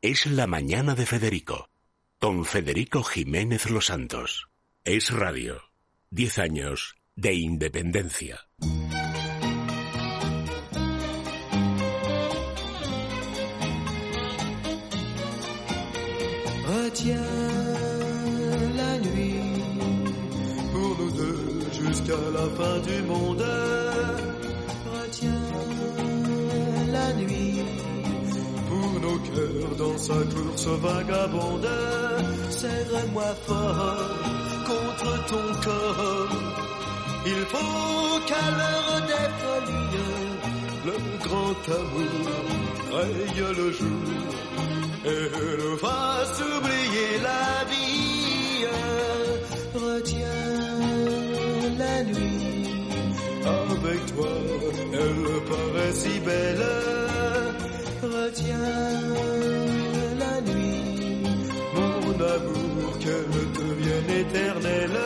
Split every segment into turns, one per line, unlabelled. Es la mañana de Federico, con Federico Jiménez Los Santos. Es Radio. 10 años de independencia.
Retiens la nuit pour nous deux jusqu'à la fin du monde. Retiens la nuit pour nos cœurs dans sa course vagabonde. Serre-moi fort contre ton corps. Il faut qu'à l'heure des pluies, le grand amour raye le jour et ne fasse oublier la vie. Retiens la nuit. Avec toi, elle paraît si belle. Retiens la nuit. Mon amour, qu'elle devienne éternelle.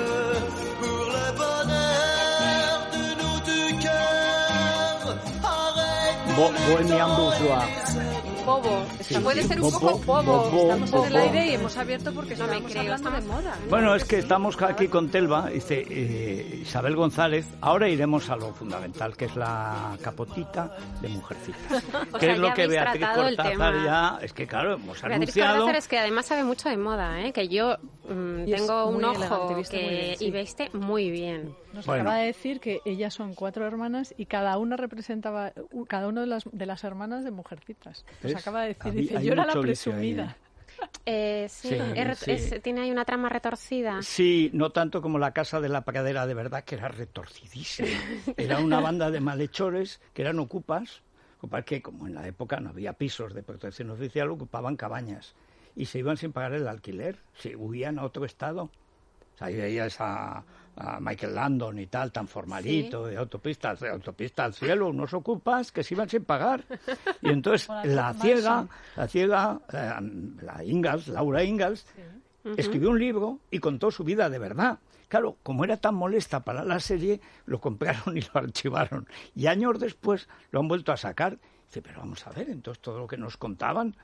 Pour le bonheur de nos deux cœurs. Arrête de
Bo-
le
Bohemian
temps
Bourgeois.
et les ailes.
Bobo.
Sí,
Puede
sí.
ser un
Bobo,
poco bobo.
bobo,
estamos en el
bobo.
aire y hemos abierto porque no me creo. Estamos de moda.
Bueno, es que estamos aquí con Telva, dice eh, Isabel González. Ahora iremos a lo fundamental, que es la capotita de Mujercita.
O
que
sea,
es lo
ya
que
habéis
Beatriz
tratado el
Cortázar
tema.
ya... Es que claro, hemos
Beatriz
anunciado...
Cortázar es que además sabe mucho de moda, ¿eh? que yo mm,
Y es
tengo un
muy
ojo
elegante, viste
que-
muy bien, sí.
y viste muy bien.
Nos
Bueno.
acaba de decir que ellas son cuatro hermanas y cada una representaba, u- cada una de las, de las hermanas de mujercitas. Nos
¿Ves?
acaba de decir,
Habí-
dice,
hay
yo era la
mucho vicio ahí,
presumida.
Eh, sí,
Sí,
es-
sí.
es- tiene ahí una trama retorcida.
Sí, no tanto como la casa de la pradera de verdad, que era retorcidísima. Era una banda de malhechores que eran ocupas, ocupas que como en la época no había pisos de protección oficial, ocupaban cabañas y se iban sin pagar el alquiler, se huían a otro estado. O sea, ahí veías a, a Michael Landon y tal, tan formalito, de autopista, de autopista al cielo, unos ocupas que se iban sin pagar. Y entonces
Con
la
Alfred
ciega,
Marson.
la ciega, eh, la Ingalls, Laura Ingalls, escribió un libro y contó su vida de verdad. Claro, como era tan molesta para la serie, lo compraron y lo archivaron. Y años después lo han vuelto a sacar. Dice, pero vamos a ver, entonces todo lo que nos contaban,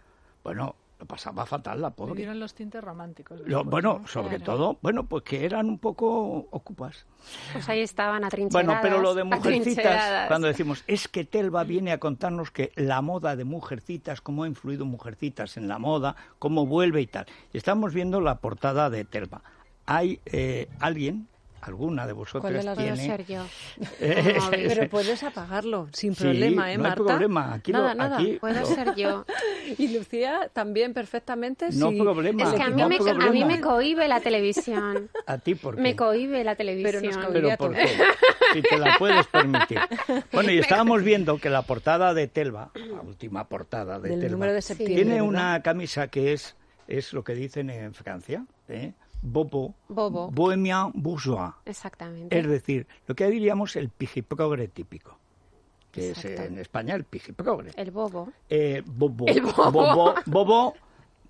bueno, lo pasaba fatal la pobre.
Vivieron los tintes románticos.
Lo- bueno, sobre todo, bueno, pues que eran un poco ocupas.
Pues ahí estaban atrincheradas.
Bueno, pero lo de mujercitas,
atrincheradas.
cuando decimos, es que Telva viene a contarnos que la moda de mujercitas, cómo ha influido mujercitas en la moda, cómo vuelve y tal. Y estamos viendo la portada de Telva. Hay eh, alguien, alguna de vosotros
¿Cuál de las dos
tiene...
ser yo?
Eh,
Móvil.
Pero puedes apagarlo sin
Sí,
problema, ¿eh,
no hay
Marta?
problema. Aquí lo-
nada, nada.
aquí-
Puedo ser yo.
Y Lucía también perfectamente.
No
sí.
problema.
Es que a mí,
No
me, a mí
problema.
me cohíbe la televisión.
A ti, ¿por qué?
Me cohíbe la televisión.
cohíbe.
Pero
Diría
¿por
todo.
qué? Si te la puedes permitir. Bueno, y estábamos viendo que la portada de Telva, la última portada de
Del
Telva,
número de septiembre,
tiene
¿verdad?
una camisa que es, es lo que dicen en Francia, ¿eh? Bobo,
Bobo.
Bohemian Bourgeois.
Exactamente.
Es decir, lo que diríamos el pijiprogre típico, que es eh,
Exacto.
en España el pijiprogre.
El bobo.
Eh, bobo,
El bobo.
bobo, bobo,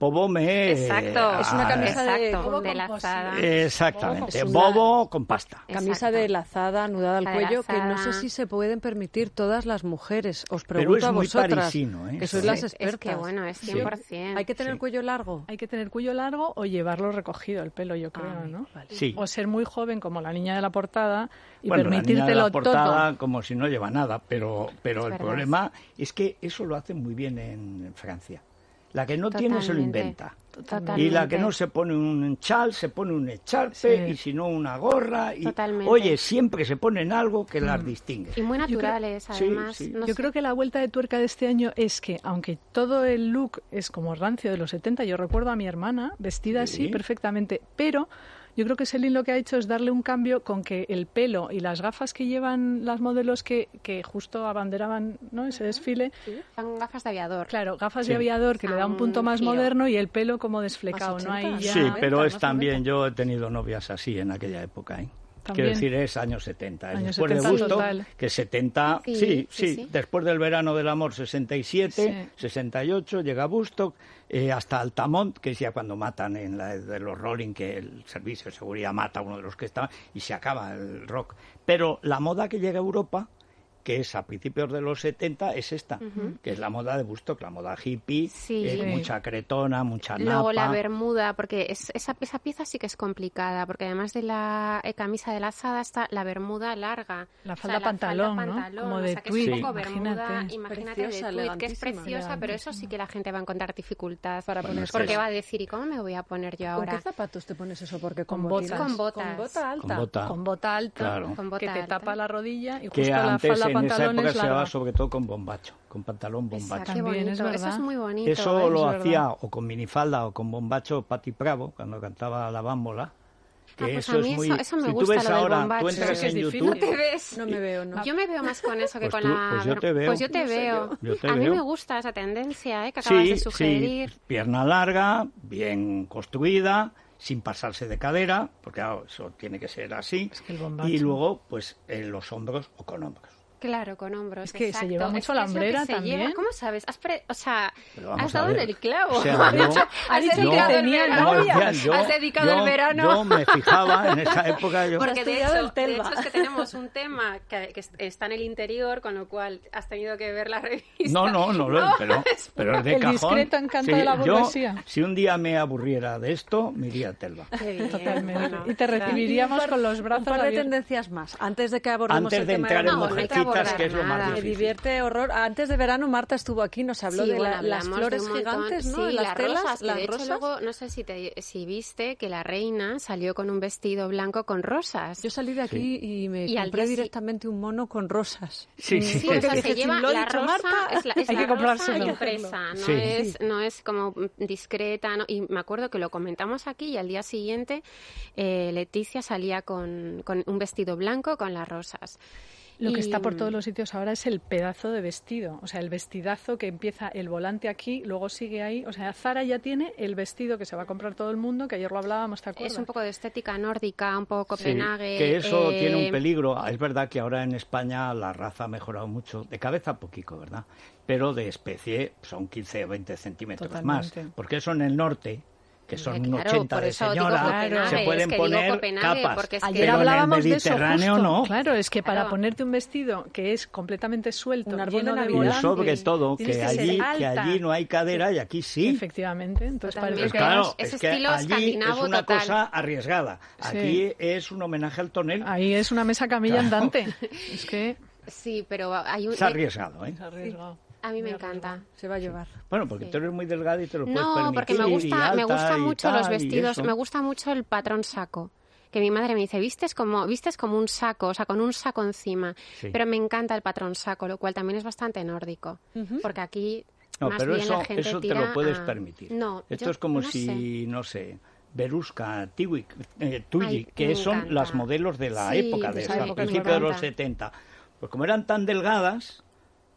bobo me...
Eh,
Ah,
Exacto.
Es
ah,
una camisa de-
Exacto,
bobo
de lazada.
Eh, Exactamente,
Es una-
bobo con pasta.
Camisa
Exacto.
de lazada, anudada al
La
cuello, que
lazada.
no sé si se pueden permitir todas las mujeres. Os
Pero
pregunto
es
a
muy
vosotras,
parisino, ¿eh?
que sois
Sí.
las
Es que,
expertas.
bueno, eh, es
Sí.
100%.
Hay que tener el cuello largo. Ah,
Hay que tener cuello largo o llevarlo recogido, el pelo, yo creo, ¿no?
Sí.
O ser muy joven, como la niña de la portada, y
Bueno, la niña de
permitírtelo
la portada,
todo.
como si no lleva nada, pero, pero el
verdad.
problema es que eso lo hacen muy bien en, Francia. La que no tiene se lo
Totalmente.
inventa.
Totalmente.
Y la que no se pone un chal, se pone un echarpe, y si no una gorra. Y,
Totalmente. Mm.
Oye, siempre se ponen algo que las distingue.
Y muy naturales,
creo- sí,
además.
sí.
No
yo
sé.
creo que la vuelta de tuerca de este año es que, aunque todo el look es como rancio de los 70, yo recuerdo a mi hermana vestida
Sí.
así perfectamente, pero yo creo que Celine lo que ha hecho es darle un cambio con que el pelo y las gafas que llevan las modelos que, que justo abanderaban ¿no? ese desfile,
Son gafas de aviador.
claro, gafas
Sí.
de aviador que le da un punto más
Ah, un giro.
moderno y el pelo como desflecado,
Más
¿no? Ahí
80,
ya...
Sí,
noventa,
pero es
más
también, yo he tenido novias así en aquella época, ¿eh? Quiero
También.
decir, es años 70. es
Años
después
70
de gusto,
total.
que 70, sí
Sí,
sí,
sí, sí.
Después del verano del amor, 67,
Sí.
68, llega Bustock, eh, hasta Altamont, que es ya cuando matan en la de los Rolling, que el servicio de seguridad mata a uno de los que estaban, y se acaba el rock. Pero la moda que llega a Europa que es a principios de los 70, es esta, que es la moda de Bustock, la moda hippie,
Sí.
eh,
Sí.
mucha cretona, mucha napa.
Luego la bermuda, porque es- esa, esa pieza sí que es complicada, porque además de la eh, camisa de lazada está la bermuda larga.
La falda pantalón, ¿no?
pantalón,
Como
o
de
sea, que
tweed,
es un poco bermuda,
imagínate.
imagínate
Preciosa,
de tweed, que es
elegantísima.
preciosa, pero eso sí que la gente va a encontrar dificultad
Para
poner
ponerse.
Porque va a decir, ¿y cómo me voy a poner yo
¿Con
ahora?
qué zapatos te pones eso? Porque
Con botas.
botinas-
Con botas.
Con bota alta.
Con bota.
Con bota alta,
Claro.
Con bota
que te
alta.
tapa la rodilla y
que
justo la
antes
falda
en esa
pantalón
época
es
se va
larga.
sobre todo con bombacho, con pantalón
Esa,
bombacho.
qué
También, es
bonito. Eso
verdad.
es muy bonito.
Eso
¿eh?
lo
es
hacía o con minifalda o con bombacho Patti Pravo cuando cantaba la bámbola. Que
Ah, pues
eso
a mí
es muy.
eso- eso me
si tú
gusta,
ves
lo del
ahora,
bombacho.
tú entras
Pero es
en
que es
YouTube.
¿No te ves?
No me veo, ¿no?
Yo me veo más con eso que
Pues
con
tú-
la...
pues yo te veo.
Pues yo te
No sé
veo.
yo. Yo te
a mí
veo.
me gusta esa tendencia ¿eh? que acabas
Sí,
de
sí,
sugerir.
pierna larga, bien construida, sin pasarse de cadera, porque claro, eso tiene que ser así.
Es que el bombacho.
y luego, pues, en los hombros o con hombros.
Claro, con hombros.
Es que se
exacto.
lleva mucho
Es que es lo
alambrera
que se
también.
lleva. ¿Cómo sabes? Has pre- O sea,
Pero vamos
has
a
dado en
ver.
el clavo.
O sea,
has
yo-
hecho-
ha
has
dicho-
dedicado el
tenía
verano.
Como decían,
has dedicado
yo-
el verano.
Yo me fijaba en esa época. Yo,
Porque
Has
de
tirado
hecho,
el telva.
de hecho es que tenemos un tema que, que es- está en el interior, con lo cual has tenido que ver la revista.
No, no, no, lo- pero, pero es de
El
cajón.
discreto encanto de la
yo,
burguesía.
si un día me aburriera de esto, me iría a Telva.
Qué bien,
Totalmente.
bueno,
y te
claro.
recibiríamos con los
Un
brazos
par de
abiertos.
tendencias más. Antes de que abordemos
Antes
el
de
tema
entrar en
no, no hay que
mujercitas,
abordar
que es lo
nada.
más
Me
Me
difícil.
divierte horror. Antes de verano, Marta estuvo aquí, nos habló
Sí,
de
bueno,
la- las
hablamos
flores
de un montón.
gigantes, ¿no?
Sí,
las, telas,
rosas, que
las
de hecho
rosas.
luego, no sé si, te, si viste que la reina salió con un vestido blanco con rosas.
Yo salí de aquí y me
Y al
compré
día sí-
directamente un mono con rosas.
Sí, sí,
Sí, o sea,
Porque
se
si
lleva
lo ha
la
dicho
rosa,
Marta,
es la, es
hay
la
que
rosa
comprárselo.
impresa, no,
Sí.
es, no es como discreta. ¿no? Y me acuerdo que lo comentamos aquí y al día siguiente eh, Leticia salía con, con un vestido blanco con las rosas.
Lo que
Y, mm,
está por todos los sitios ahora es el pedazo de vestido, o sea, el vestidazo que empieza el volante aquí, luego sigue ahí, o sea, Zara ya tiene el vestido que se va a comprar todo el mundo, que ayer lo hablábamos, ¿te acuerdas?
Es un poco de estética nórdica, un poco
Sí,
Copenhague.
que eso
eh,
tiene un peligro. Ah, Es verdad que ahora en España la raza ha mejorado mucho, de cabeza poquito, ¿verdad? Pero de especie son 15 o 20 centímetros más.
Totalmente.
Porque eso en el norte, que son
Hombre,
un
claro,
80
por
de
eso digo
señora,
Copenhague,
se
es
pueden
que digo
poner
Copenhague,
capas.
porque es que-
Ayer
pero
hablábamos
en el
de eso
Mediterráneo
justo.
no.
Claro, es que para
Claro.
ponerte un vestido que es completamente suelto,
Un árbol
lleno
de
de
Navidad.
Y
volantes,
sobre todo
tienes
que
ser
allí, que
alta.
allí no hay cadera y aquí sí.
Efectivamente, entonces
Totalmente.
Pues
parece que
claro,
es
es, que
estilo
allí es
escandinavo
una
total.
cosa arriesgada. Aquí es un homenaje al tonel.
ahí es una mesa camilla
Claro.
andante. Es que
Sí, pero hay un.
Es arriesgado, ¿eh?
A mí me encanta.
Se va a llevar.
Bueno, porque tú eres muy delgada y te lo puedes
No,
permitir.
porque me
y
gusta, me
alta
gustan
y
mucho los
tal, y
vestidos,
eso.
me gusta mucho el patrón saco. Que mi madre me dice, vistes como, vistes como un saco, o sea, con un saco encima.
Sí.
Pero me encanta el patrón saco, lo cual también es bastante nórdico. Porque aquí
No,
más
pero
bien
eso,
la gente
eso te
tira
lo puedes
a-
permitir.
No,
Esto
yo
es como
no sé.
si, no sé, Berusca, Tiwik, eh, Tuyi,
Ay, me
que son
encanta.
las modelos de la
Sí,
época,
de
de
esa
esa,
época, es
principio de
verdad.
los 70. Pues como eran tan delgadas,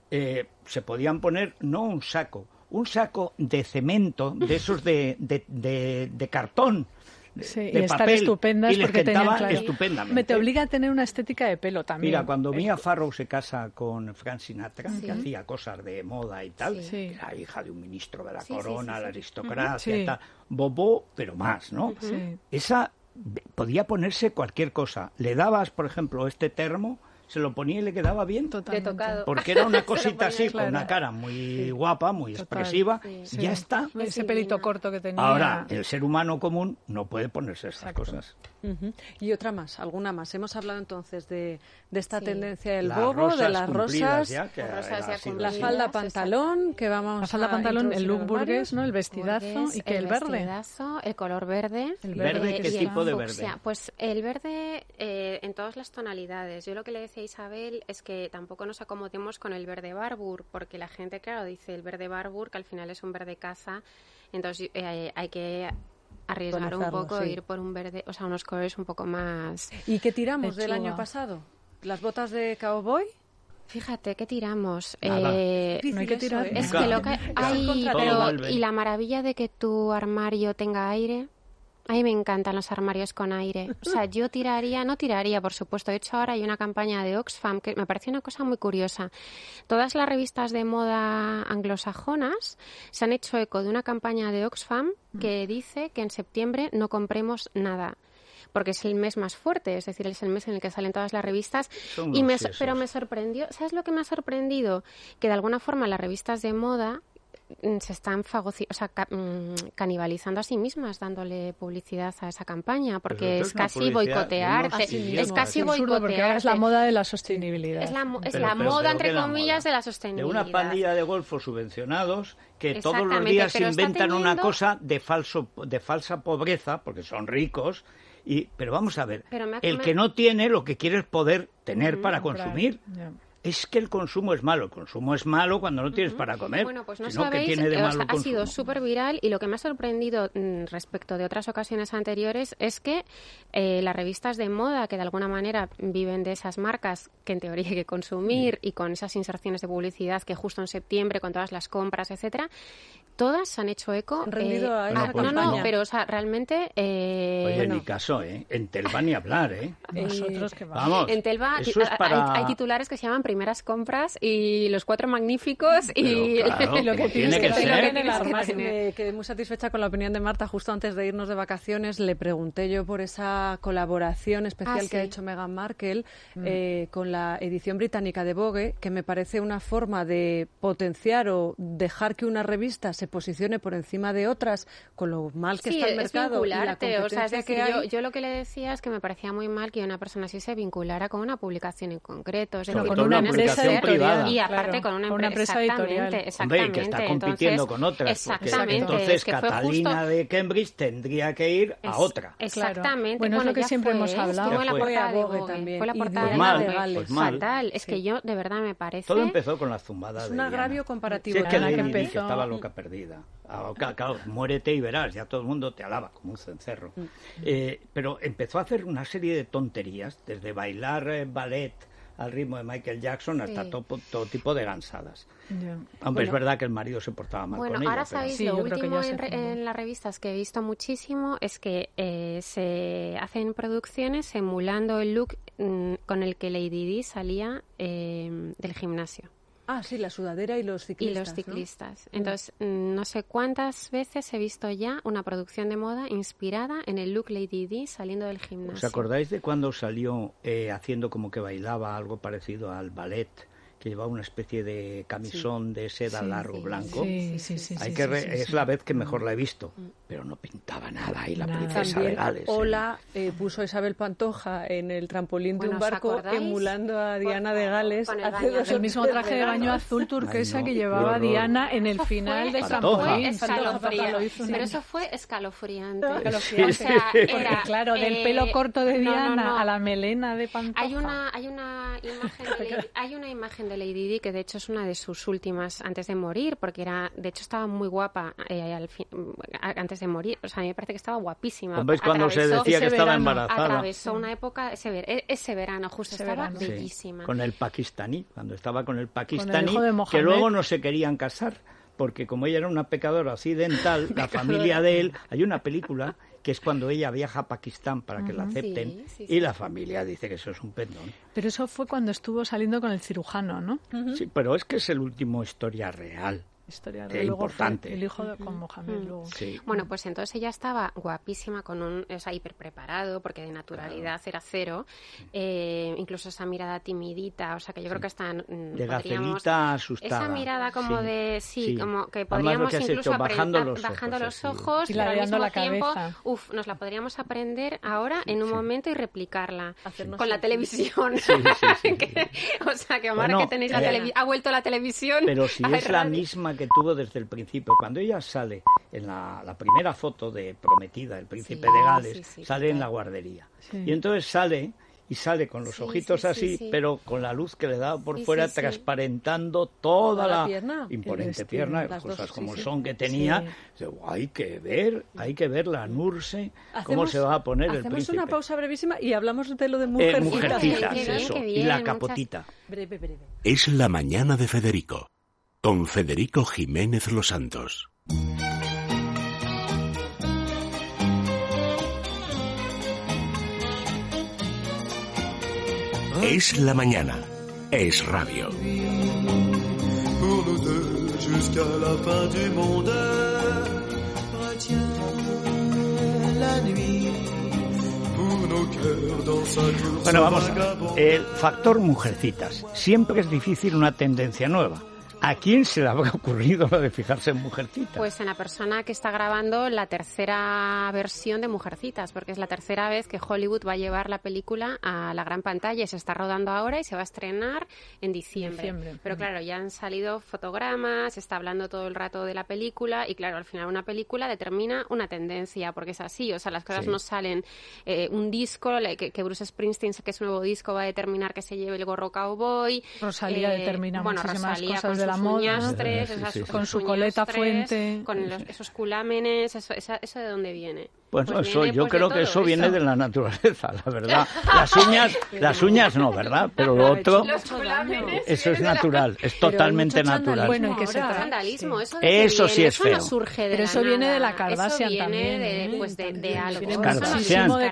eh, se podían poner no un saco, un saco de cemento, de esos de, de, de- de cartón. de-
Sí,
de
y estar
papel,
estupendas
y les
porque tenían
sentaba
claro.
estupendamente.
Me te obliga a tener una estética de pelo también.
Mira, cuando Mia Farrow se casa con Frank Sinatra, que hacía cosas de moda y tal,
Sí.
que era hija de un ministro de la
Sí, sí,
corona,
sí, sí.
la aristocracia
Ujú.
y
Sí.
tal, Bobo, pero más, ¿no?
Sí.
¿Mm?
Esa b- podía ponerse cualquier cosa. Le dabas, por ejemplo, este termo, se lo ponía y le quedaba bien.
Te he
Totalmente.
tocado.
Porque era una
Se lo
cosita
ponía
así,
claro.
con una cara muy guapa, muy
Total,
expresiva,
Sí.
y ya está.
Ese
divina.
pelito corto que tenía.
Ahora, el ser humano común no puede ponerse esas cosas.
Ujú. Y otra más, alguna más. Hemos hablado entonces de, de esta
Sí.
tendencia del
Las
bobo, de
rosas
las
cumplidas
rosas,
ya, que
Las rosas
era
ya
así,
la
Sí.
así.
falda
Exacto.
pantalón, que vamos
La falda
a
pantalón, el
introducir
look
en varios.
burgués, ¿no? El vestidazo
Burgués,
y que el, verde.
vestidazo, el color verde.
El
¿Verde?
verde
¿Qué
y
tipo
el
de
fucsia.
verde?
Pues el verde eh, en todas las tonalidades. Yo lo que le decía a Isabel es que tampoco nos acomodemos con el verde barbur, porque la gente, claro, dice el verde barbur, que al final es un verde casa, entonces eh, hay que arriesgar un
Tonizarlo,
poco e
sí.
ir por un verde, o sea, unos colores un poco más...
¿Y qué tiramos del
Lechuga.
año pasado? ¿Las botas de cowboy?
Fíjate, ¿qué tiramos?
Nada.
Eh,
No hay que tirar
Eso, ¿eh?
es
Nunca.
que lo que...
Nunca.
Ay,
Todo
mal
pero,
verde.
y la maravilla de que tu armario tenga aire... A mí me encantan los armarios con aire. O sea, yo tiraría, no tiraría, por supuesto. De hecho, ahora hay una campaña de Oxfam que me parece una cosa muy curiosa. Todas las revistas de moda anglosajonas se han hecho eco de una campaña de Oxfam que dice que en septiembre no compremos nada. porque es el mes más fuerte, es decir, es el mes en el que salen todas las revistas.
Son
Y
unos
me so-
tiesos.
pero me sorprendió, ¿sabes lo que me ha sorprendido? Que de alguna forma las revistas de moda mm, se están fagoci- o sea, ca- mm, canibalizando a sí mismas dándole publicidad a esa campaña porque
esto
es,
es una
casi
publicidad de
boicotearte
unos
es
idiotas.
casi
Es absurdo, porque ahora
boicotearte
es la moda de la sostenibilidad.
es la, mo- es
Pero-
la
pero-
moda
pero
entre
¿qué la
comillas
moda?
de la
De
sostenibilidad
una pandilla de golfos subvencionados que todos los
Exactamente,
días
pero está
inventan una
teniendo-
cosa de falso de falsa pobreza porque son ricos y pero vamos a ver,
Pero me ha- Mm,
el
me-
que no tiene lo que quiere es poder tener para
Comprar,
consumir.
ya.
Es que el consumo es malo, el consumo es malo cuando no tienes para comer.
Bueno, pues no
sino que
sabéis,
tiene de
eh, o
malo
sea,
el
ha sido
consumo.
súper viral y lo que me ha sorprendido mm, respecto de otras ocasiones anteriores es que eh, las revistas de moda, que de alguna manera viven de esas marcas que en teoría hay que consumir y con esas inserciones de publicidad que justo en septiembre, con todas las compras, etcétera, todas han hecho eco. eh,
Han rendido a
esa
no, no,
campaña.
pero o sea, realmente... eh,
pues Oye,
bueno,
ni caso, ¿eh? En Telván ni hablar, ¿eh?
Nosotros que vamos.
Vamos.
En Telva
eso es
hay-
para-
hay, titulares que se llaman Primeras Compras y Los Cuatro Magníficos y...
Pero claro,
y lo que
como tiene
tienes que
que
tener
ser.
en el armario.
¿eh?
Me quedé muy satisfecha con la opinión de Marta. Justo antes de irnos de vacaciones, le pregunté yo por esa colaboración especial
Ah,
que ha
sí. Mm.
hecho Meghan Markle eh, con la edición británica de Vogue, que me parece una forma de potenciar o dejar que una revista se posicione por encima de otras, con lo mal que
sí,
está el
es
mercado. y la
vincularte. O sea, es
competencia
decir,
que
yo,
hay.
yo lo que le decía es que me parecía muy mal que una persona así se vinculara con una publicación en concreto. Es
Sobre
decir,
todo una
tienes que
publicación
ser-
privada.
Y aparte
Claro,
con una,
con una empresa editorial.
Exactamente,
Hombre,
exactamente.
y que está compitiendo
entonces-
con otras. porque
Exactamente.
Entonces,
es que fue
Catalina
justo-
de Cambridge tendría que ir a
es-
otra.
Exactamente.
Bueno, es lo que
ya
siempre
fue,
hemos
es que
hablado.
Ya
Fue la
fue.
portada
Fue
de
a Vogue
Vogue
también.
Fue la
Y
portada
pues
de
mal,
Vogue.
pues mal.
Fatal. Es que yo, de verdad, me parece...
Todo empezó con la zumbada
Es
de
un
Diana.
agravio comparativo.
Si es que
Diana que
Lady Di, que
empezó-
estaba loca perdida. Ah, ca- claro, muérete y verás, ya todo el mundo te alaba como un cencerro. Eh, pero empezó a hacer una serie de tonterías, desde bailar eh, ballet al ritmo de Michael Jackson hasta
Sí.
topo- todo tipo de gansadas.
Ya.
Aunque es verdad que el marido se portaba mal
Bueno,
con ella.
ahora
pero-
sabéis,
Sí,
lo
yo creo que
último
ya se
en, re-
fundó.
en las revistas que he visto muchísimo es que eh, se hacen producciones emulando el look mm, con el que Lady Di salía eh, del gimnasio
Ah, sí, la sudadera y los
y
ciclistas.
los
¿no?
ciclistas. Entonces, mm, no sé cuántas veces he visto ya una producción de moda inspirada en el look Lady Di saliendo del
¿Os
gimnasio.
acordáis de cuando salió eh, haciendo como que bailaba algo parecido al ballet? Que llevaba una especie de camisón de seda largo blanco.
Sí, sí, sí.
Hay
sí,
que
sí,
re-
sí,
es
sí. Mm.
la vez que mejor la he visto,
Mm.
pero no pintaba nada ahí la
Nada.
princesa de
También
Ah, Gales. ¿eh?
Ola eh, puso a Isabel Pantoja en el trampolín de
Bueno,
un
¿os
barco
acordáis?
emulando a
Por
Diana de
favor,
Gales
con el
hace
baño
dos
de-
el mismo traje de baño azul turquesa
Ay, no,
que
qué
llevaba
horror.
Diana en el
Eso
final
fue-
del
eso
trampolín.
fue
Pantoja lo
escalofriante.
hizo.
Pero eso fue escalofriante.
Escalofriante.
O sea, era,
Porque, claro, del
eh,
pelo corto de
no, no,
Diana
no.
a la melena de Pantoja.
Hay una, hay una imagen de Lady, hay una imagen de Lady Di que de hecho es una de sus últimas antes de morir, porque era, de hecho estaba muy guapa eh, al fin- a- antes de morir. O sea, a mí me parece que estaba guapísima.
¿Veis cuando se
Atravesó-
decía que
ese
estaba
verano,
embarazada?
Atravesó una época, ese, ver- e- ese verano justo,
Ese
estaba
verano.
Sí,
bellísima.
con el pakistaní, cuando estaba con el pakistaní,
hijo de
que
Mohamed.
luego no se querían casar, porque como ella era una pecadora occidental, la familia de él, hay una película que es cuando ella viaja a Pakistán para que la acepten,
Sí, sí,
y la familia dice que eso es un pendón.
Pero eso fue cuando estuvo saliendo con el cirujano, ¿no?
Sí, pero es que es el último historia real.
Historia
Qué
luego fue
importante.
El hijo de,
Mm.
con Mohamed luego.
Sí.
Bueno, pues entonces ella estaba guapísima, con un, o sea, hiper preparado, porque de naturalidad era cero. Eh, incluso esa mirada timidita, o sea, que yo creo que está.
De gacelita asustada.
Esa mirada como
Sí,
de, sí,
sí.
como que
Además, lo
podríamos
que has
incluso
hecho, bajando
aprender-
los ojos,
bajando los
así.
ojos,
Y
pero al
ladeando
mismo
la
tiempo,
cabeza.
uf, nos la podríamos aprender ahora en un momento y replicarla.
Hacernos
con la
el-
televisión.
sí, sí,
Que- o sea, que ahora
Bueno,
que tenéis la
eh,
televisión, ha vuelto la televisión.
Pero si
a
es la
radio.
misma que tuvo desde el principio, cuando ella sale en la, la primera foto de Prometida, el príncipe
Sí,
de Gales,
sí, sí,
sale en
total.
la guardería.
Sí.
Y entonces sale y sale con los
Sí,
ojitos
sí, sí,
así,
sí.
pero con la luz que le da por
Sí,
fuera,
sí, sí.
transparentando toda
Toda la
la,
pierna,
el
imponente
vestido,
pierna,
las
cosas
dos, sí,
como el
sí.
son que tenía. Dice, "Guau, hay que ver, hay que ver la Nurse, cómo
Hacemos-
se va a poner el
Hacemos
príncipe.
una pausa brevísima y hablamos de lo de
Eh,
mujercitas.
mujercitas,
Qué bien,
eso,
qué
y la
bien, muchas-
capotita.
Breve, breve.
Es la mañana de Federico, con Federico Jiménez Los Santos. Es la mañana, es radio.
pour nous deux jusqu'à la fin du monde. Retiens la nuit pour
Bueno, vamos. a ver. El factor mujercitas. Siempre es difícil una tendencia nueva. ¿A quién se le habrá ocurrido lo de fijarse en mujercitas?
Pues en la persona que está grabando la tercera versión de Mujercitas, porque es la tercera vez que Hollywood va a llevar la película a la gran pantalla y se está rodando ahora y se va a estrenar en diciembre.
Diciembre.
Pero claro, ya han salido fotogramas, se está hablando todo el rato de la película y claro, al final una película determina una tendencia, porque es así, o sea, las cosas
Sí.
no salen. eh, un disco, la- que, que Bruce Springsteen, que es un nuevo disco, va a determinar que se lleve el gorro cowboy.
Rosalía determina
Eh, bueno,
muchísimas
Rosalía
cosas
con
de la
sus
moda.
uñas tres,
Sí,
esas-
sí, sí.
Con su
uñas
coleta
tres,
fuente.
Con los- esos culámenes, eso, esa- eso de dónde viene.
Pues, no, eso,
viene,
yo
pues, de
creo que
todo
eso viene de la naturaleza, la verdad. Las uñas, las uñas no, ¿verdad? Pero lo otro, eso es natural, es
Pero hay
totalmente
mucho chándal.
natural.
Bueno, ¿y qué se
Ahora,
trae?
vandalismo,
Sí.
eso, de
Eso
que
sí
viene,
es
Eso
feo.
no surge de
Pero
la
eso viene de la
nada,
Kardashian
eso viene
también,
De,
¿eh?
pues de, de
También.
algo.
Viene
Eso no
Kardashian.
existe.
muchísimo de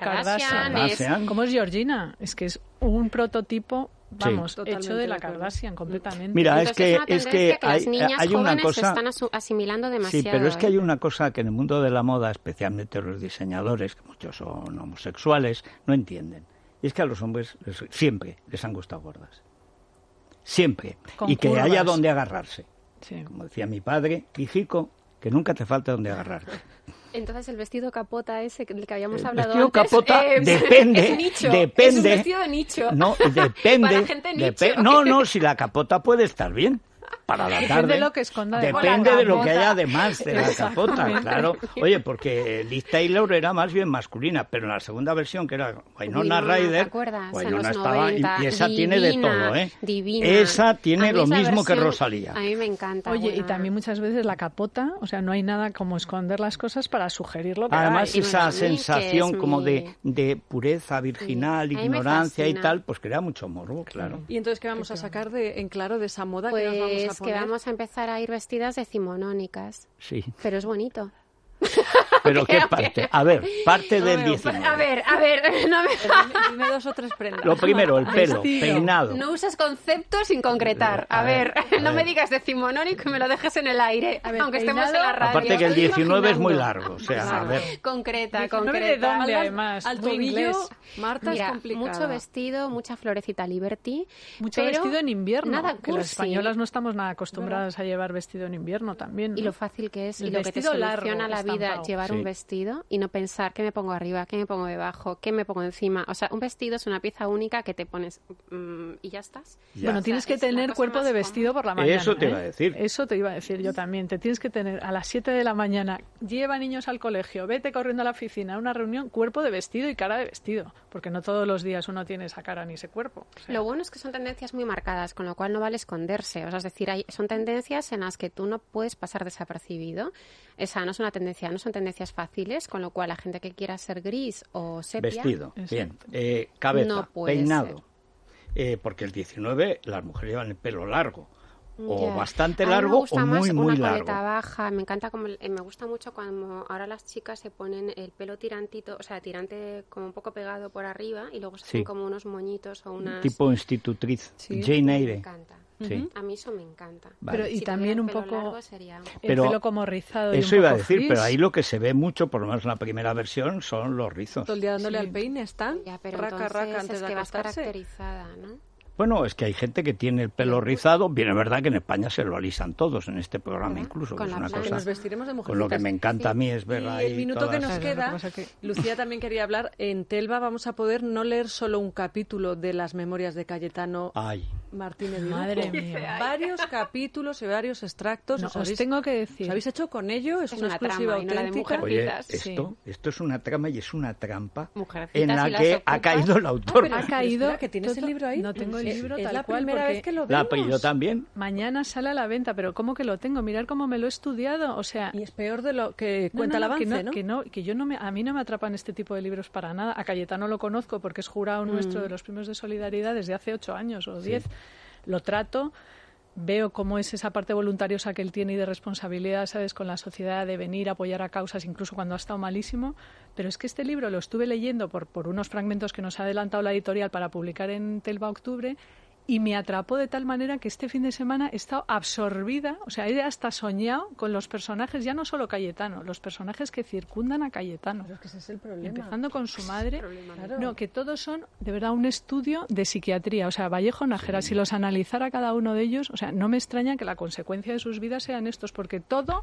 es-
Kardashian.
Kardashian.
Como es Georgina, es que es un prototipo, vamos, hecho de la Kardashian completamente.
Mira, Ah, es
Entonces,
que,
una
es
tendencia
que
las
hay,
niñas
hay una
jóvenes se
cosa.
están asu- asimilando demasiado.
Sí, pero es que
¿eh?
hay una cosa que en el mundo de la moda, especialmente los diseñadores, que muchos son homosexuales, no entienden. Y es que a los hombres les- siempre les han gustado gordas. Siempre.
Con
y que
curvas.
haya donde agarrarse.
Sí.
Como decía mi padre, hijico, que nunca te falta donde agarrarte.
Entonces el vestido capota ese que- del que habíamos
El
hablado
vestido
antes,
capota
eh,
depende,
es nicho,
depende.
es un vestido de nicho.
No, depende.
Para gente
depe-
nicho.
no, no, si la capota puede estar bien. Para la
Depende
tarde.
de lo que esconda debajo.
Depende
La
de lo que
capota.
haya además de la capota,
Exactamente.
claro. Oye, porque Liz Taylor era más bien masculina, pero en la segunda versión, que era Winona
Winona, ¿te
Ryder,
acuerdas? En
Winona
los
estaba. y-
90,
Y, esa tiene de
divina,
todo, ¿eh?
Divina.
Esa
A
tiene
mí
lo
esa
mismo que
versión-
Rosalía.
A mí me encanta.
Oye, y
Winona.
también muchas veces la capota, o sea, no hay nada como esconder las cosas para sugerir lo que
Además,
hay.
bueno, a
esa
mí, que es
sensación
mi-
como de, de pureza virginal,
Sí, a mí me
ignorancia y
fascina.
tal, pues crea mucho morbo, claro.
¿Y entonces qué vamos a sacar de, en claro de esa moda que nos vamos
Pues
a poner?
que vamos a empezar a ir vestidas decimonónicas.
Sí.
Pero es bonito.
Pero ¿qué
Creo que-
parte? A ver, parte
No
del
veo,
19.
pues, A ver, a ver, no, me-
Dime- Dime dos o tres prendas.
Lo primero, el pelo,
Vestido.
peinado.
no uses conceptos sin concretar. A,
A ver,
ver,
a ver.
no me digas decimonónico y me lo dejes en el aire,
A ver,
aunque estemos en
peinado.
la radio.
Aparte que el
estoy
19 es muy
imaginando.
largo, o sea, a
Claro.
ver.
Concreta,
19
concreta.
de dónde,
Algo-
además.
Al
Muy
tobillo,
inglés.
Marta
Mira,
es complicada.
mucho vestido, mucha florecita Liberty.
Mucho
pero
vestido en invierno.
Nada
que las
cursi.
españolas no estamos nada acostumbradas a llevar vestido en invierno también.
Y
¿no?
lo fácil que es
El
y lo que te
vestido largo,
soluciona la vida
estampado.
llevar
Sí.
un vestido y no pensar qué me pongo arriba, qué me pongo debajo, qué me pongo encima. O sea, un vestido es una pieza única que te pones mm, y ya estás.
Ya.
Bueno,
O sea,
tienes que
es la
tener
cosa
cuerpo
más
de
cómoda.
vestido por la mañana.
Eso te
¿eh?
iba a decir.
Eso te iba a decir yo también. Te tienes que tener a las 7 de la mañana, lleva niños al colegio, vete corriendo a la oficina, a una reunión, cuerpo de vestido y cara de vestido. Porque no todos los días uno tiene esa cara ni ese cuerpo. O sea,
Lo bueno es que son tendencias muy marcadas, con lo cual no vale esconderse. O sea, es decir, hay, son tendencias en las que tú no puedes pasar desapercibido. Esa no es una tendencia, no son tendencias fáciles, con lo cual la gente que quiera ser gris o sepia...
Vestido,
Exacto.
bien. Eh, cabeza,
No puede
peinado.
ser.
Eh, porque el 19 las mujeres llevan el pelo largo. O
Ya.
bastante
A mí me
largo
gusta
o
más
muy,
una
muy
coleta
largo.
baja. Me encanta como eh, me gusta mucho cuando ahora las chicas se ponen el pelo tirantito, o sea, tirante como un poco pegado por arriba y luego se hacen
Sí.
como unos moñitos o unas.
Tipo institutriz.
Sí.
Jane
Me
Eyre.
encanta.
Sí.
A mí eso me encanta.
Vale.
Pero- Y
Si
también
tuviera
un
pelo
poco-
largo sería un poco-
el
pero
pelo como rizado. y
Eso
un
iba a
poco
decir,
frizz.
pero ahí lo que se ve mucho, por lo menos en la primera versión, son los rizos.
Todo el día dándole
Sí.
al peine están.
Ya, pero
raca,
entonces
raca, antes
es
de
que vas
acostarse.
caracterizada, ¿no?
Bueno, es que hay gente que tiene el pelo rizado. Bien, es verdad que en España se lo alisan todos, en este programa
¿Verdad?
incluso,
Con
que es
la
una
plancha.
cosa.
Que nos vestiremos de mujeres.
Con lo que me encanta a mí es ver
Y
ahí
el minuto que
todas-
nos
Claro, lo que
queda,
pasa que-
Lucía también quería hablar, en Telva vamos a poder no leer solo un capítulo de las memorias de Cayetano
Ay,
Martínez Dibujo.
Madre mía.
Varios capítulos y varios extractos.
No,
os,
os
habéis,
tengo que
os
decir.
habéis hecho con ello, es,
Es
una,
una trama
exclusiva
y no la de
auténtica.
mujer.
oye,
Mujercitas,
esto, esto es una trama y es una trampa
Mujercitas
en
y
la
las
que
ocupas.
ha caído el autor.
Ah,
Ha caído.
espera, que tienes el
todo-
libro ahí.
No tengo el
Sí.
libro
es
tal
la
cual,
primera
porque
vez que lo
La
vemos.
apellido también.
Mañana sale a la venta, pero ¿cómo que lo tengo? Mirar cómo me lo he estudiado. O sea,
Y es peor de lo que
No,
cuenta
no, no,
el avance,
que
¿no?
Que, que yo no me, a mí no me atrapan este tipo de libros para nada. A Cayetano lo conozco porque es jurado nuestro
Mm.
de los premios de solidaridad desde hace ocho años o diez. Lo trato, veo cómo es esa parte voluntariosa que él tiene y de responsabilidad, ¿sabes?, con la sociedad, de venir a apoyar a causas, incluso cuando ha estado malísimo. Pero es que este libro lo estuve leyendo por, por unos fragmentos que nos ha adelantado la editorial para publicar en Telva Octubre y me atrapó de tal manera que este fin de semana he estado absorbida, o sea, he hasta soñado con los personajes, ya no solo Cayetano, los personajes que circundan a Cayetano.
Pero es que ese es el problema.
Empezando con su madre,
Claro.
no, que todos son de verdad un estudio de psiquiatría, o sea, Vallejo Nájera, si los analizara cada uno de ellos, o sea, no me extraña que la consecuencia de sus vidas sean estos, porque todo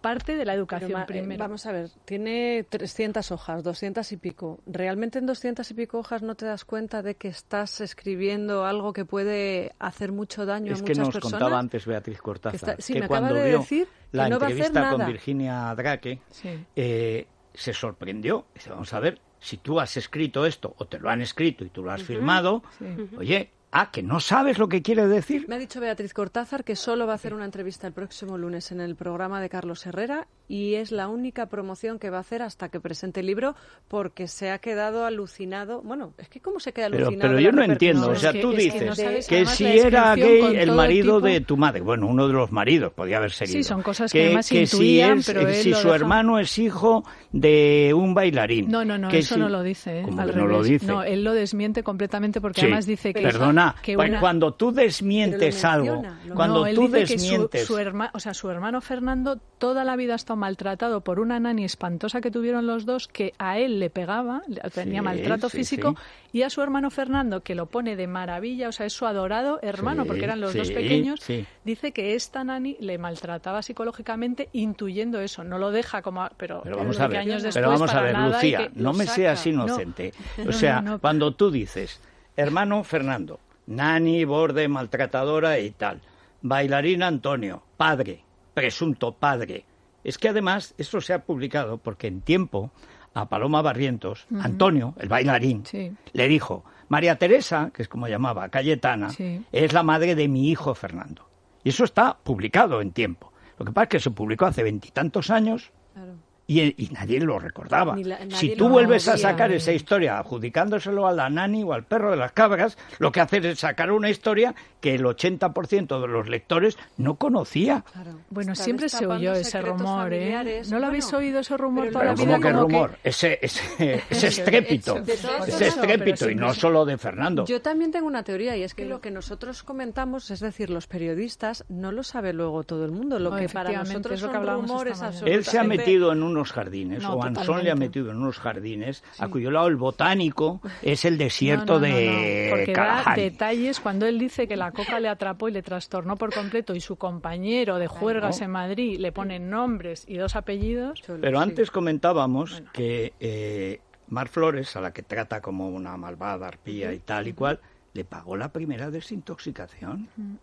parte de la
Pero,
educación
ma- eh,
primero.
vamos a ver, tiene 300 hojas, 200 y pico. ¿Realmente en 200 y pico hojas no te das cuenta de que estás escribiendo algo que puede hacer mucho daño
Es
a
que
muchas
nos
personas?
contaba antes Beatriz Cortázar
Está- sí,
que
me acaba
cuando
de
vio
decir que
la
no va a hacer
entrevista con
nada.
Virginia Drake
Sí.
eh, se sorprendió. Dice, vamos a ver, si tú has escrito esto o te lo han escrito y tú lo has firmado,
Sí. Ujú.
oye, ah, que no sabes lo que quiere decir.
Me ha dicho Beatriz Cortázar que solo va a hacer una entrevista el próximo lunes en el programa de Carlos Herrera y es la única promoción que va a hacer hasta que presente el libro porque se ha quedado alucinado. Bueno, es que cómo se queda
Pero,
alucinado.
pero
de
yo
la
no entiendo,
No,
o
repercusión?
es
sea,
que-
tú
es que
dices
no sabes,
que
además,
si
la
era
descripción
gay
con
el
todo
marido de
tipo-
tu madre, bueno, uno de los maridos podía haber seguido.
son cosas que además intuían,
si,
pero él
si
lo
su
deja-
hermano es hijo de un bailarín.
No, no, no,
que
eso
si-
no lo dice. ¿eh?
¿Cómo
Al
que no lo
revés.
dice.
No, él lo desmiente completamente porque
Sí.
además dice que.
Perdona,
que
pues
una-
cuando tú desmientes
Pero lo
algo,
menciona, lo-
cuando
No, él
tú
dice que su-
desmientes.
su, herma- o sea, su hermano Fernando toda la vida ha estado maltratado por una nani espantosa que tuvieron los dos, que a él le pegaba, le- tenía
Sí,
maltrato
sí,
físico, y a su hermano Fernando, que lo pone de maravilla, o sea, es su adorado hermano,
Sí,
porque eran los dos
sí,
pequeños,
sí.
dice que esta nani le maltrataba psicológicamente, intuyendo eso. No lo deja como. a- pero,
pero vamos
que
a ver,
años después,
pero vamos a
para
ver,
nada, y
Lucía,
que
no
lo
me
saca.
seas
No.
inocente.
No,
o sea,
no, no.
cuando tú dices, hermano Fernando, nani, borde, maltratadora y tal, bailarín Antonio, padre, presunto padre. Es que además esto se ha publicado porque en tiempo a Paloma Barrientos, Antonio, el bailarín,
Sí.
le dijo, María Teresa, que es como llamaba, Cayetana,
Sí.
es la madre de mi hijo Fernando. Y eso está publicado en tiempo. Lo que pasa es que se publicó hace veintitantos años
Claro.
y, y nadie lo recordaba.
Ni la- nadie
si
lo
tú vuelves a
conocía.
sacar esa historia adjudicándoselo a la nani o al perro de las cabras, lo que haces es sacar una historia que el 80% de los lectores no conocía.
Claro.
Bueno,
Está
siempre se
destapando
oyó ese
secretos
rumor, ¿eh?
familiares.
¿No lo habéis oído ese rumor
pero
toda la
Pero
lo-
vida?
como que
como que-
rumor, ese, ese, ese estrépito,
de todas
ese
formas,
estrépito
pero
y no
siempre-
solo de Fernando.
Yo también tengo una teoría y es que lo que nosotros comentamos, es decir, los periodistas, no lo sabe luego todo el mundo. Lo
No,
que para
efectivamente,
nosotros
es lo que
son
hablábamos
rumores
esta
Él
mañana.
se ha
absolutamente-
metido en unos jardines,
No,
o Anson
totalmente.
le ha metido en unos jardines, a cuyo lado el botánico es el desierto
No, no, no,
de
no, porque da
Kalahari.
detalles cuando él dice que la coca le atrapó y le trastornó por completo y su compañero de juergas en Madrid le pone nombres y dos apellidos.
Chulo,
Pero
sí.
antes comentábamos que eh, Mar Flores, a la que trata como una malvada arpía y tal y cual, le pagó la primera desintoxicación.
Mm.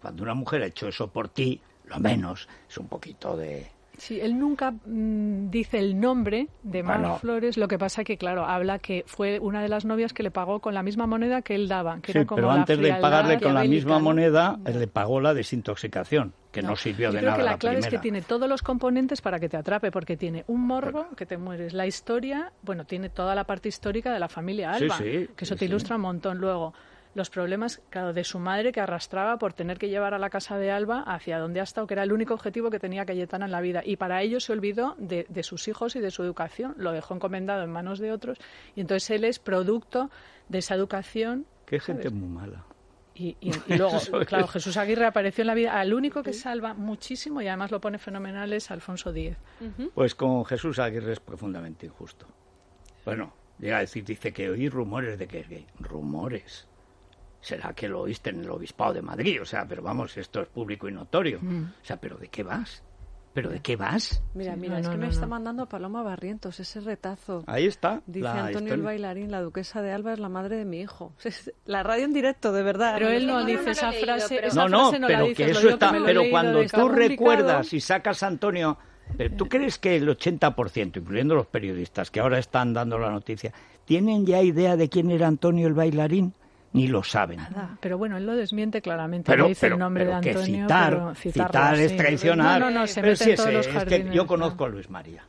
Cuando una mujer ha hecho eso por ti, lo menos es un poquito de...
Sí, él nunca mm, dice el nombre de Mar
Bueno.
Flores, lo que pasa que, claro, habla que fue una de las novias que le pagó con la misma moneda que él daba, que era como
pero
la
antes de
frialdad
pagarle con la
maquiavélica,
misma
¿no?
moneda, le pagó la desintoxicación, que no, sirvió
Yo
de
creo
nada
que la,
la
clave
primera.
es que tiene todos los componentes para que te atrape, porque tiene un morbo que te mueres, la historia, bueno, tiene toda la parte histórica de la familia
Sí,
Alba,
sí,
que eso
sí,
te
sí.
ilustra un montón luego. Los problemas, claro, de su madre que arrastraba por tener que llevar a la casa de Alba hacia donde ha estado, que era el único objetivo que tenía Cayetana en la vida. Y para ello se olvidó de, de sus hijos y de su educación, lo dejó encomendado en manos de otros. Y entonces él es producto de esa educación
Qué gente muy mala.
y, y- y luego, claro, Jesús Aguirre apareció en la vida. Al único que salva muchísimo y además lo pone fenomenal es Alfonso X.
Pues con Jesús Aguirre es profundamente injusto. Bueno, llega a decir, dice que oí rumores de que es gay. ¿Rumores? ¿Será que lo oíste en el Obispado de Madrid? O sea, pero vamos, esto es público y notorio.
Mm.
O sea, ¿pero de qué vas? ¿Pero de qué vas?
Mira, mira,
no,
es
no,
que me
no,
está
no.
mandando Paloma Barrientos ese retazo.
Ahí está.
Dice
la
Antonio el
historia.
bailarín, la duquesa de Alba es la madre de mi hijo. La radio en directo, de verdad.
Pero él no
no, no
dice
lo he
esa
leído,
frase.
pero-
esa
No, no,
frase no la
pero
dices,
que
lo
eso
digo
está.
me lo he
pero
leído,
cuando
de- está
tú
publicado.
recuerdas y sacas a Antonio. Pero tú crees que el 80%, incluyendo los periodistas que ahora están dando la noticia, ¿tienen ya idea de quién era Antonio el bailarín? Ni lo saben.
Ah. Pero bueno, él lo desmiente claramente.
pero,
le dice
pero-
el nombre
pero
de Antonio.
que citar,
pero citarlo,
citar es
sí.
traicionar.
No, no, no, se
Pero
mete
sí,
en todos
ese,
los
es que
jardines.
yo
¿no?
conozco a Luis María.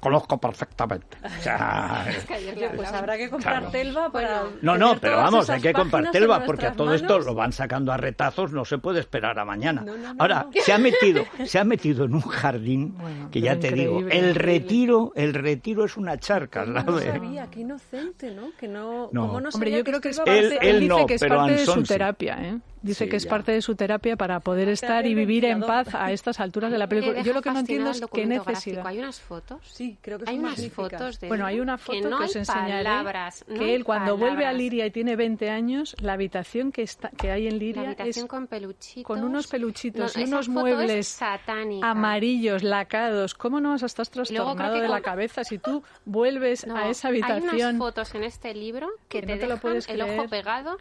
conozco perfectamente. O sea,
Es que ayer le
Pues
hablaba.
habrá que comprar
Claro.
Telva para.
no, no,
tener
pero
todas
vamos,
esas
hay que
páginas
comprar
en
Telva,
nuestras
porque a todo esto
manos.
lo van sacando a retazos, no se puede esperar a mañana.
No, no, no,
Ahora,
no.
se ha metido, se ha metido en un jardín
Bueno,
que
pero
ya te digo, el
increíble, increíble.
retiro, el retiro es una charca al lado
No
de-
sabía, qué inocente, ¿no? Que no.
No.
¿cómo no
Hombre,
sabía
yo creo que es
esto
parte,
iba a
Él-
él,
pasar?
él no,
dice que es
pero
parte de
Anson
su
sí.
terapia, ¿eh? Dice
Sí,
que es
ya.
parte de su terapia para poder estar y vivir en
ventilador.
paz a estas alturas de la
Me
película.
deja
Yo lo que no entiendo
fascinada
es
el
qué
documento
necesidad.
gráfico. Hay unas fotos.
Sí, creo que
Hay
son
unas
magníficas.
fotos de
Bueno,
él
hay una
que
foto que,
no hay
os enseñaré
palabras, no
que
hay
él cuando vuelve a
palabras.
Liria y tiene 20 años, la habitación que está que hay en
La
Liria es
habitación con peluchitos.
con unos peluchitos
No,
y
esa
unos
foto es
muebles
satánica.
amarillos, lacados. ¿Cómo no vas a estar
Y luego creo
trastornado
que
de la
con-
cabeza si tú vuelves
No,
a esa
Hay unas
habitación?
fotos en este libro que,
Que
te,
no te lo
dejan
puedes
el ojo
creer.
pegado.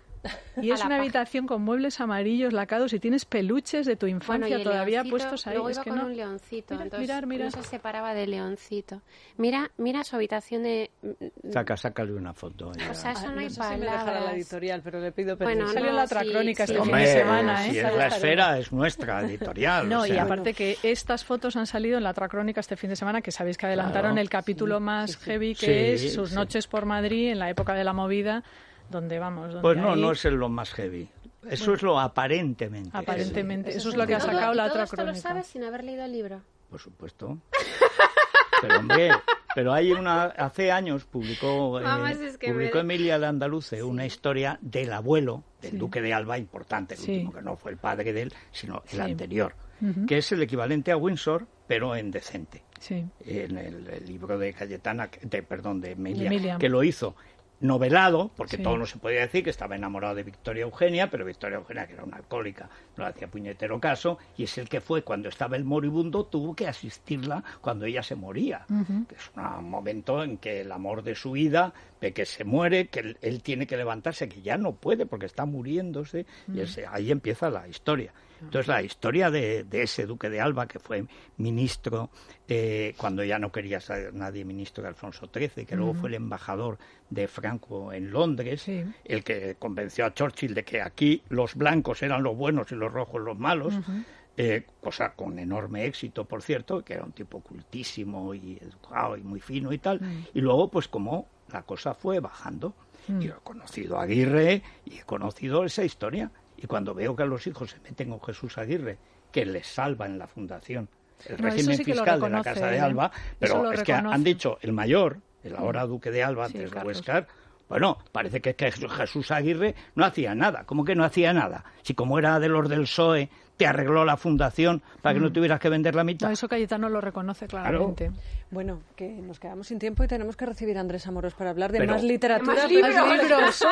Y
a
es
la
una
paja.
habitación con muebles amarillos, lacados y tienes peluches de tu
Bueno,
infancia
y el
todavía
leoncito,
puestos ahí.
Luego
Es
iba
que
con
no.
un leoncito,
Mira,
entonces
mirar, mirar.
no se separaba de leoncito. Mira, mira su habitación de...
Saca, sácale una foto. ya.
O sea,
Ah,
eso no,
no
hay
sé si me dejará la
palabras.
editorial, pero le pido
Bueno,
permiso.
no,
Salió en la
sí,
Tracrónica
sí.
este fin
Hombre,
de semana, ¿eh?
si
Esa
es
ya
la
está
esfera, es nuestra editorial.
No,
o
y
sea.
aparte que estas fotos han salido en la Tracrónica este fin de semana, que sabéis que adelantaron
Claro.
el capítulo más heavy que
Sí,
es Sus
sí.
noches por Madrid en la época de la movida, donde vamos. donde
Pues no,
ahí
no es el lo más heavy. Eso es lo aparentemente.
Aparentemente.
Sí.
Eso es lo que
Y
ha
todo-
sacado
y
la
todo esto
Tracrónica.
lo sabes sin haber leído el libro.
heavy. Por supuesto. Pero hombre, pero hay una hace años publicó eh,
Vamos, es que
publicó
me-
Emilia de Andaluce una historia del abuelo del duque de Alba importante, el
Sí.
último que no fue el padre de él, sino el
Sí.
anterior, que es el equivalente a Windsor, pero en decente.
Sí.
en el, el libro de Cayetana, que- de, perdón, de Emilia,
De Emilia.
que lo hizo novelado, porque
Sí.
todo no se podía decir, que estaba enamorado de Victoria Eugenia, pero Victoria Eugenia, que era una alcohólica, no le hacía puñetero caso, y es el que fue cuando estaba el moribundo, tuvo que asistirla cuando ella se moría, que es una- un momento en que el amor de su vida, de que se muere, que él, él tiene que levantarse, que ya no puede porque está muriéndose, y ese- ahí empieza la historia. Entonces, la historia de, de ese duque de Alba, que fue ministro, eh, cuando ya no quería ser nadie ministro de Alfonso XIII, que luego fue el embajador de Franco en Londres,
Sí.
el que convenció a Churchill de que aquí los blancos eran los buenos y los rojos los malos, eh, cosa con enorme éxito, por cierto, que era un tipo cultísimo y educado y muy fino y tal.
Mm.
Y luego, pues como la cosa fue bajando, y yo he conocido a Aguirre y he conocido esa historia. Y cuando veo que los hijos se meten con Jesús Aguirre, que les salva en la fundación el
No, eso
régimen
sí que lo
fiscal de la
reconoce,
Casa de
¿eh?
Alba,
Eso
pero
lo
es que han
reconoce. Mm.
dicho el mayor, el ahora duque de Alba,
Sí,
antes de
Carlos.
Huescar, bueno, parece que, que Jesús Aguirre no hacía nada. ¿Cómo que no hacía nada? Si como era de los del PSOE, E, te arregló la fundación para que no tuvieras que vender la mitad.
No, eso Cayetano lo reconoce claramente.
Bueno, que nos quedamos sin tiempo y tenemos que recibir a Andrés Amoros para hablar de
Pero-
más literatura.
Más
Más libros,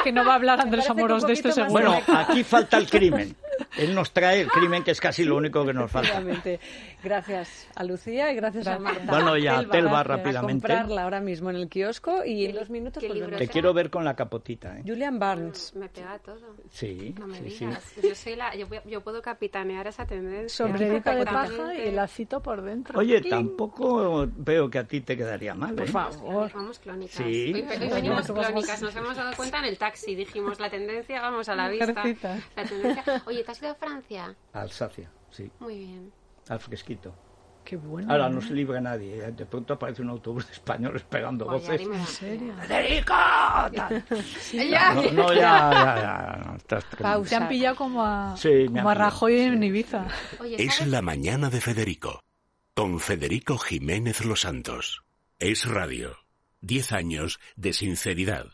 que no va a hablar Andrés
parece que un
Amoros de este esto
poquito más
seguro.
Bueno,
correcto.
aquí falta el crimen. Él nos trae el crimen, que es casi lo único que nos falta.
Efectivamente. Gracias a Lucía y gracias, a
Gracias.
Marta.
Bueno, y a Telva
gracias.
rápidamente.
A comprarla ahora mismo en el kiosco y en dos minutos
qué
volvemos.
libro
Te quiero ver con la capotita, ¿eh?
Julian Barnes.
Pues Me pega todo.
Sí,
No me
sí, sí.
digas. Yo, soy la, yo, voy a- yo puedo capitanear esa tendencia.
Sombrerito de paja
Perfectamente.
y lacito por dentro.
Oye, tampoco veo que a ti te quedaría mal,
por
¿eh?
favor.
Vamos clónicas.
Sí.
Hoy, hoy
Bueno,
venimos
vamos.
clónicas. Nos hemos dado cuenta en el taxi. Dijimos la tendencia, vamos a la vista.
Mujercitas.
La tendencia. Oye, ¿te has ido a Francia?
Alsacia, sí,
Muy bien.
al fresquito.
Qué bueno.
Ahora no se libra nadie. ¿eh? De pronto aparece un autobús de españoles pegando
Oye,
voces.
ánimo.
¡Federico! Tal. No, no, ya, ya, ya, no, estás tremendo.
Te han pillado como a,
Sí, me
como
han
a
pillado,
Rajoy en Ibiza.
Oye,
Es
¿sabes?
la mañana de Federico, con Federico Jiménez Los Santos. Es radio. Diez años de sinceridad,